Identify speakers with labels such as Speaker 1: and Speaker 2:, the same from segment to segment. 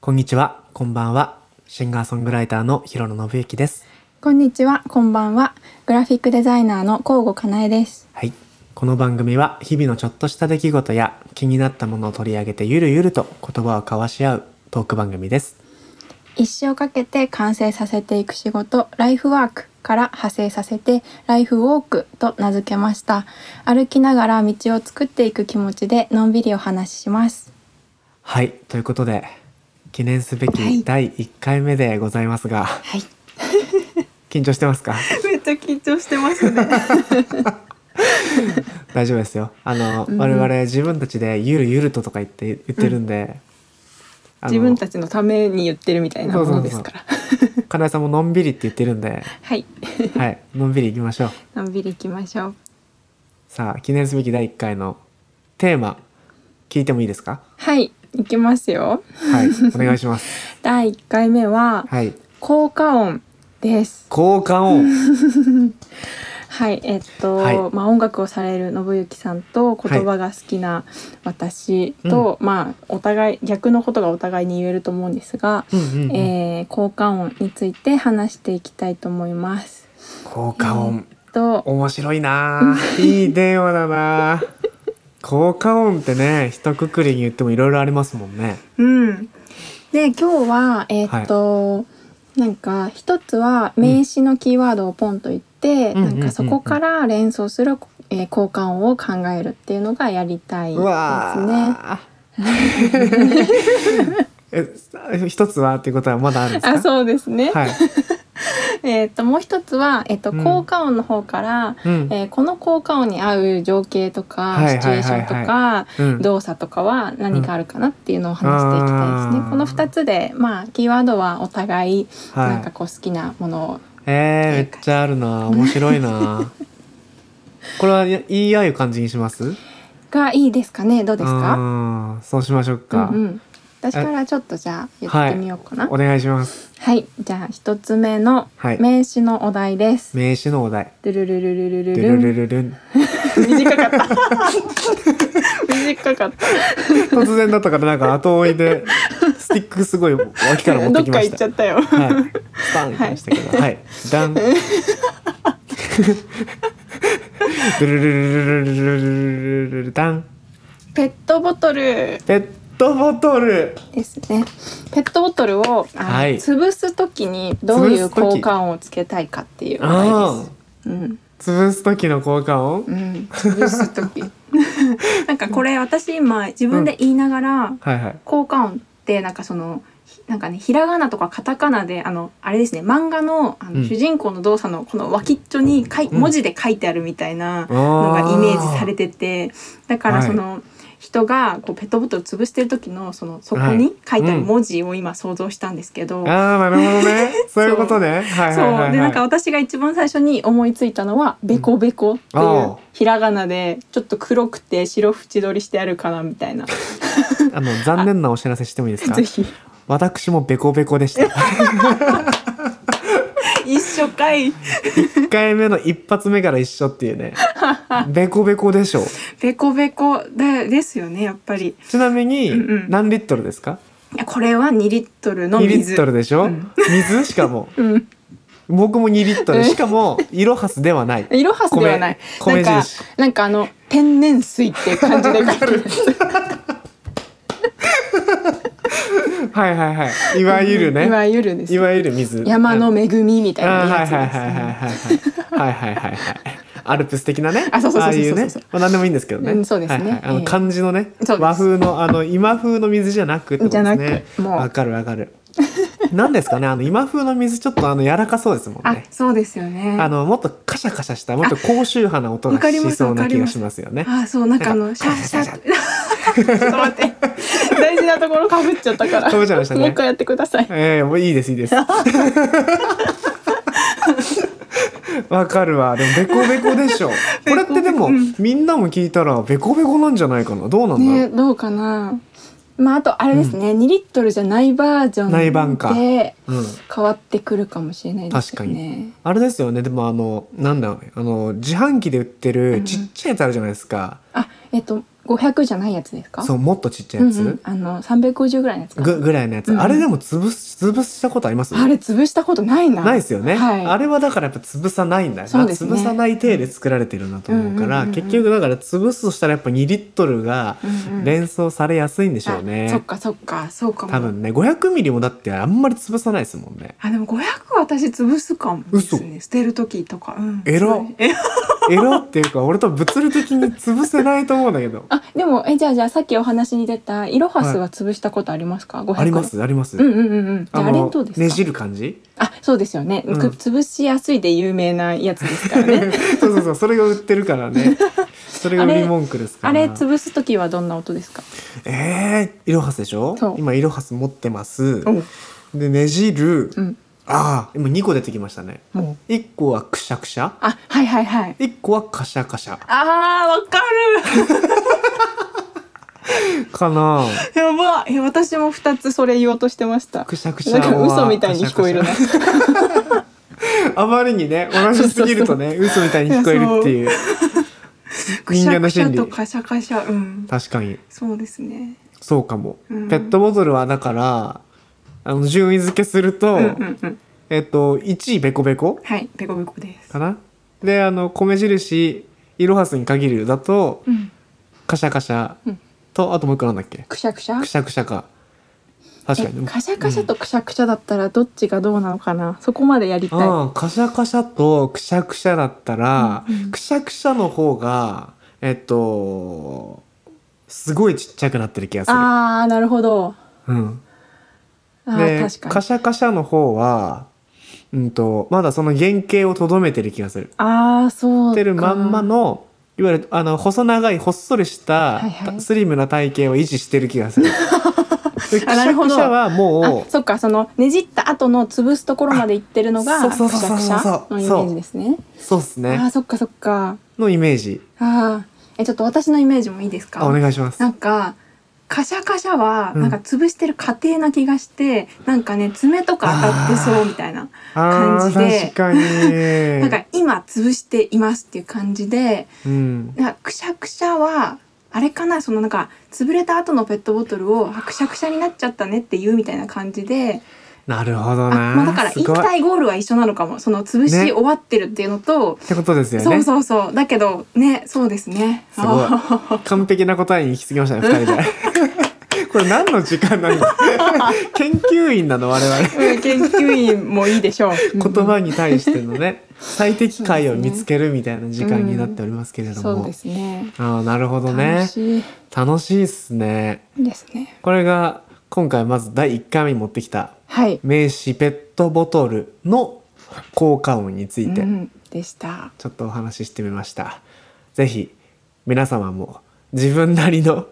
Speaker 1: こんにちは、こんばんは。シンガーソングライターの広野信之です。
Speaker 2: こんにちは、こんばんは。グラフィックデザイナーの甲吾かなえです。
Speaker 1: はい。この番組は日々のちょっとした出来事や気になったものを取り上げてゆるゆると言葉を交わし合うトーク番組です。
Speaker 2: 一生かけて完成させていく仕事、ライフワークから派生させて、ライフウォークと名付けました。歩きながら道を作っていく気持ちで、のんびりお話しします。
Speaker 1: はい。ということで、記念すべ
Speaker 2: は
Speaker 1: き
Speaker 2: い
Speaker 1: 第1回目でございますが、
Speaker 2: はい。
Speaker 1: 緊張してます か
Speaker 2: めっちゃ緊張してますね。
Speaker 1: 大丈夫ですよ。あの、
Speaker 2: うん
Speaker 1: 我々自分たちでゆるゆるととか言って、言ってるんで、あの
Speaker 2: 自分たちのために言ってるみたいなものですから。
Speaker 1: かなえさんものんびりって言ってるん で、
Speaker 2: はい。
Speaker 1: はい。のんびり行きましょう。
Speaker 2: のんびり行きましょう。
Speaker 1: さあ記念すべき第1回のテーマ聞いてもいいです か
Speaker 2: はい。行きますよ。
Speaker 1: はいお願いします
Speaker 2: 第1回目は、
Speaker 1: はい
Speaker 2: 効果音です。
Speaker 1: 交換音
Speaker 2: はい、えっと、
Speaker 1: はい
Speaker 2: まあ音楽をされる信行さんと言葉が好きな私と、まあお互い逆のことがお互いに言えると思うんですが、
Speaker 1: うんうんうん
Speaker 2: えー効果音について話していきたいと思います。
Speaker 1: 交換音
Speaker 2: と、
Speaker 1: 面白いなあいい電話だなあ交換音ってね一括りに言ってもいろいろありますもんね
Speaker 2: うん、で今日はえっと、なんか一つは名詞のキーワードをポンと言って、
Speaker 1: うん
Speaker 2: なんかそこから連想する、えー効果音を考えるっていうのがやりたいで
Speaker 1: うわ
Speaker 2: すね。
Speaker 1: あえ一つはっていうことはまだあるんですか
Speaker 2: あ、そうですね。
Speaker 1: はい、
Speaker 2: えー、ともう一つは、えっと
Speaker 1: うん
Speaker 2: 効果音の方から、
Speaker 1: うん
Speaker 2: えーこの効果音に合う情景とか、
Speaker 1: はいはい
Speaker 2: シチュエーションとか、
Speaker 1: うん
Speaker 2: 動作とかは何かあるかなっていうのを話していきたいですね。
Speaker 1: うん
Speaker 2: この二つで、まあ、キーワードはお互い、
Speaker 1: はい
Speaker 2: なんかこう好きなものを
Speaker 1: えー、めっちゃあるな面白い なこれは言い合う感じにします
Speaker 2: がいいですかねどうですか、
Speaker 1: あーそうしましょう
Speaker 2: うん
Speaker 1: か、
Speaker 2: うん、私からちょっとじゃあ言ってみようかな。は
Speaker 1: お
Speaker 2: い、
Speaker 1: 願いします
Speaker 2: じゃあ一つ目の
Speaker 1: はい
Speaker 2: 名詞のお題です。
Speaker 1: 名詞のお題
Speaker 2: ルルルルルルル
Speaker 1: ル
Speaker 2: ル
Speaker 1: ル
Speaker 2: ン
Speaker 1: ルルルン
Speaker 2: 短かった。短かった。
Speaker 1: 突然だったからなんか後追いでスティックすごい脇から持ってきました
Speaker 2: どっか行っちゃったよ。
Speaker 1: はいスパン行きましたけどはいダンルルルルルルルルルルルダン
Speaker 2: ペットボトル
Speaker 1: ペットボトル
Speaker 2: ですね。ペットボトルをあの、
Speaker 1: はい
Speaker 2: 潰すときにどういう効果音をつけたいかっていう話
Speaker 1: あ
Speaker 2: です。うん、
Speaker 1: 潰す時の効果音
Speaker 2: うん、潰すとき。 なんかこれ私今自分で言いながら、
Speaker 1: はいはい
Speaker 2: 効果音ってなんかそのひなんかねひらがなとかカタカナであのあれですね漫画のあの、
Speaker 1: うん
Speaker 2: 主人公の動作のこの脇っちょにかい
Speaker 1: うん
Speaker 2: 文字で書いてあるみたいなのがイメージされててだからその、人がこうペットボトル潰してる時のそのそこ
Speaker 1: はい
Speaker 2: に書いてあ
Speaker 1: う
Speaker 2: る
Speaker 1: ん
Speaker 2: 文字を今想像したんですけど、
Speaker 1: ああなるほどねそういうことねはいはいはい
Speaker 2: そ
Speaker 1: は
Speaker 2: う
Speaker 1: い
Speaker 2: でなんか私が一番最初に思いついたのは「べこべこ」って
Speaker 1: あ
Speaker 2: い
Speaker 1: あ
Speaker 2: うひらがなでちょっと黒くて白縁取りしてあるかなみた いな
Speaker 1: あの残念なお知らせしてもいいですか
Speaker 2: ぜひ
Speaker 1: 私もベコベコでした
Speaker 2: 一緒かい
Speaker 1: 一回目の一発目から一緒っていうねベコベコでしょ
Speaker 2: ベコベコでですよねやっぱり
Speaker 1: ちなみに
Speaker 2: うんうん
Speaker 1: 何リットルですか、
Speaker 2: いやこれは2リットルの
Speaker 1: 2リ
Speaker 2: 水
Speaker 1: ットルでしょ、
Speaker 2: うん
Speaker 1: 水しかも
Speaker 2: うん
Speaker 1: 僕も2リット
Speaker 2: う
Speaker 1: ル
Speaker 2: ん
Speaker 1: しかもイロハスではない
Speaker 2: イロハスではない
Speaker 1: 米
Speaker 2: なん
Speaker 1: 米
Speaker 2: か
Speaker 1: 印
Speaker 2: なんかあの天然水っていう感じで書いてある
Speaker 1: はいはい はいいわゆるね
Speaker 2: いわゆるです
Speaker 1: いわゆる水
Speaker 2: 山の恵みみ
Speaker 1: あ
Speaker 2: たい
Speaker 1: ー
Speaker 2: な
Speaker 1: は
Speaker 2: や
Speaker 1: い
Speaker 2: つです、ね
Speaker 1: はいはいはいはいはいはいはいはいはいアルプス的なね
Speaker 2: あそうそうそうそうそう
Speaker 1: ああいうねまあ何でもいいんですけどね、
Speaker 2: うんそうですね
Speaker 1: はいはいあ
Speaker 2: え
Speaker 1: の
Speaker 2: え
Speaker 1: 漢字のね
Speaker 2: そうです
Speaker 1: 和風のあの今風の水じゃなくってことですね
Speaker 2: じゃなくもう
Speaker 1: わかるわかるなんですかねあの今風の水ちょっとあの柔らかそうですもん
Speaker 2: あ
Speaker 1: ね
Speaker 2: そうですよね
Speaker 1: あのもっとカシャカシャしたもっと高周波な音
Speaker 2: わか
Speaker 1: が
Speaker 2: りま
Speaker 1: し
Speaker 2: す
Speaker 1: そうな気
Speaker 2: わかり
Speaker 1: が
Speaker 2: ます
Speaker 1: しますよね
Speaker 2: あそうなんかあ
Speaker 1: なん
Speaker 2: の
Speaker 1: か
Speaker 2: シャッシャッ ちょっと待って大事なところかぶっちゃったから
Speaker 1: 被っちゃいましたね
Speaker 2: もう一回やってください
Speaker 1: ええもういいですいい ですわかるわでもベコベコで しょこれってでもみんなも聞いたらベコベコなんじゃないかなどうなんだろう、
Speaker 2: ねどうかなまああとあれですね、2リットルじゃないバージョン
Speaker 1: ない版か
Speaker 2: で
Speaker 1: うん
Speaker 2: 変わってくるかもしれないですよね
Speaker 1: あれですよねでもあのなんだろうねあの自販機で売って
Speaker 2: うんう
Speaker 1: る
Speaker 2: ん
Speaker 1: ちっちゃいやつあるじゃないですか、
Speaker 2: あえっと500じゃないやつですか
Speaker 1: そううもっとちっちゃいやつ、
Speaker 2: んうん、あの350ぐらいのやつか
Speaker 1: ぐぐらいのやつ、
Speaker 2: うん
Speaker 1: あれでも潰す潰したことあります
Speaker 2: あれ潰したことないな
Speaker 1: ないですよね、
Speaker 2: はい、
Speaker 1: あれはだからやっぱ潰さないんだよ
Speaker 2: そうですね
Speaker 1: 潰さない体で作られてるなと思うから、
Speaker 2: うんうんうんうん
Speaker 1: 結局だから潰すとしたらやっぱ2リットルが
Speaker 2: うんうん
Speaker 1: 連想されやすいんでしょうね、
Speaker 2: あそっかそっかそうかも
Speaker 1: 多分ね500ミリもだってあんまり潰さないですもんね
Speaker 2: あでも500は私潰すかもですね捨てる時とか、うん、
Speaker 1: エロ
Speaker 2: え
Speaker 1: エロっていうか俺と物理的に潰せないと思うんだけ ど
Speaker 2: あでもえじゃあじゃあさっきお話に出たイロハスは潰したことありますか、500
Speaker 1: ありますあります、
Speaker 2: うんうんうんうんじゃああれどうですか
Speaker 1: ねじる感じ
Speaker 2: あそうですよね、
Speaker 1: うん
Speaker 2: く潰しやすいで有名なやつで すからね
Speaker 1: そうそうそうそれが売ってるから ねそれが売り文句ですか
Speaker 2: あ
Speaker 1: ら
Speaker 2: れ潰す時はどんな音ですか
Speaker 1: えー、イロハスでしょ
Speaker 2: そう
Speaker 1: 今イロハス持ってます
Speaker 2: おう
Speaker 1: でねじる、
Speaker 2: うん
Speaker 1: ああ今2個出てきましたね
Speaker 2: もう
Speaker 1: 1個はくしゃくしゃ
Speaker 2: あはいはいはい
Speaker 1: 1個はカシャカシャ
Speaker 2: あーわかる
Speaker 1: かな
Speaker 2: やばいえ私も2つそれ言おうとしてました
Speaker 1: くしゃくしゃ
Speaker 2: なんか
Speaker 1: は
Speaker 2: 嘘みたいに聞こえるな
Speaker 1: カシャカシャあまりにね同じすぎるとね嘘みたいに聞こえるっていう
Speaker 2: くし
Speaker 1: 人間
Speaker 2: ゃ
Speaker 1: の
Speaker 2: くし
Speaker 1: 心
Speaker 2: ゃ
Speaker 1: 理
Speaker 2: とカシャカシャうん
Speaker 1: 確かに
Speaker 2: そうですね
Speaker 1: そうかも、
Speaker 2: うん
Speaker 1: ペットボトルはだからあの順位付けすると、
Speaker 2: うんうんうん
Speaker 1: えっと1位ベコベコ
Speaker 2: はいベコベコです
Speaker 1: かなであの米印イロハスに限るだと
Speaker 2: うん
Speaker 1: カシャカシャ
Speaker 2: うん
Speaker 1: と、あともう一個なんだっけ
Speaker 2: くしゃくしゃ
Speaker 1: くしゃくしゃか確かに
Speaker 2: えカシャカシャとくしゃくしゃだったらどっちがどうなのかな、そこまでやりたい
Speaker 1: うん、カシャカシャとくしゃくしゃだったら、
Speaker 2: うんうん
Speaker 1: くしゃくしゃの方がえっとすごいちっちゃくなってる気がする。
Speaker 2: あーなるほど
Speaker 1: うん、
Speaker 2: あー
Speaker 1: で
Speaker 2: 確かに
Speaker 1: カシャカシャの方は、うん、とまだその原型をとどめてる気がする。
Speaker 2: ああそうか
Speaker 1: てるまんまのいわゆるあの細長いほっそりした、
Speaker 2: はいはい
Speaker 1: スリムな体型を維持してる気がす る。でくし
Speaker 2: あな
Speaker 1: ゃ
Speaker 2: るほ
Speaker 1: く
Speaker 2: ど
Speaker 1: しゃはも
Speaker 2: あそっかそのねじった後の潰すところまでいってるのが
Speaker 1: あ
Speaker 2: く
Speaker 1: そうそう
Speaker 2: し
Speaker 1: そ
Speaker 2: ゃ
Speaker 1: う
Speaker 2: くし
Speaker 1: そう
Speaker 2: ゃのイメージですね
Speaker 1: うそうっす
Speaker 2: ああ
Speaker 1: ね
Speaker 2: そっかそっか
Speaker 1: のイメージ。
Speaker 2: ああえちょっと私のイメージもいいですか
Speaker 1: あお願いします
Speaker 2: な。んかカシャカシャは
Speaker 1: うん
Speaker 2: なんか潰してる過程な気がして、なんかね爪とか当たってそうみたいな
Speaker 1: あ
Speaker 2: 感
Speaker 1: ー
Speaker 2: じで
Speaker 1: 確かに
Speaker 2: なんか今潰していますっていう感じで
Speaker 1: うん、
Speaker 2: なんかくしゃくしゃはあれかなそのなんか潰れた後のペットボトルをあくしゃくしゃになっちゃったねって言うみたいな感じで
Speaker 1: なるほど
Speaker 2: あ、
Speaker 1: な、
Speaker 2: まあ、だから
Speaker 1: す
Speaker 2: 言い
Speaker 1: ごい
Speaker 2: たいゴールは一緒なのかもその潰し
Speaker 1: ね
Speaker 2: 終わってるっていうのと、
Speaker 1: ってことですよね
Speaker 2: そうそうそうだけどねそうですね
Speaker 1: すごい
Speaker 2: あ ー
Speaker 1: 完璧な答えに行き過ぎましたね二人 でこれ何の時間なの 研究員なの我々
Speaker 2: うん研究員もいいでしょう
Speaker 1: 言葉に対してのね最適解を見つけるみたいな時間になっておりますけれども、
Speaker 2: そうですね
Speaker 1: ああなるほど
Speaker 2: 楽
Speaker 1: ね
Speaker 2: しい
Speaker 1: 楽しいっすね
Speaker 2: ですね
Speaker 1: これが今回まず第1回目に持ってきた
Speaker 2: はい、
Speaker 1: 名詞ペットボトルの効果音につ
Speaker 2: う
Speaker 1: いて、
Speaker 2: ん、でした
Speaker 1: ちょっとお話ししてみました。ぜひ皆様も自分なりの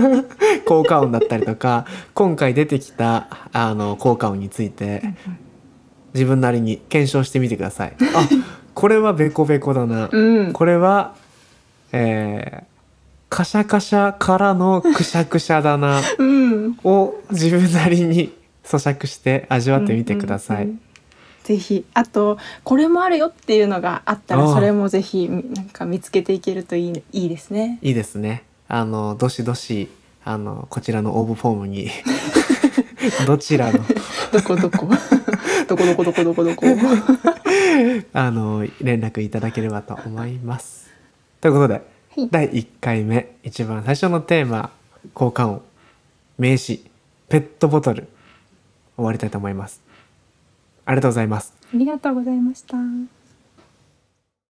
Speaker 1: 効果音だったりとか今回出てきたあの効果音について自分なりに検証してみてください。あこれはベコベコだな。
Speaker 2: うん
Speaker 1: これは、えーカシャカシャからのくしゃくしゃだな
Speaker 2: うん
Speaker 1: を自分なりに咀嚼して味わってみてください。
Speaker 2: うんうんうんぜひあとこれもあるよっていうのがあった
Speaker 1: あ
Speaker 2: ら
Speaker 1: ー
Speaker 2: それもぜひなんか見つけていけるといいいいですね
Speaker 1: いいですね。あの、どしどし、あの、こちらの応募フォームに、どちらの、
Speaker 2: どこど こどこどこどこどこど こ
Speaker 1: あの、連絡いただければと思います。ということで、
Speaker 2: い
Speaker 1: 第1回目、一番最初のテーマ、交換音、名詞、ペットボトル、終わりたいと思います。ありがとうございます。
Speaker 2: ありがとうございました。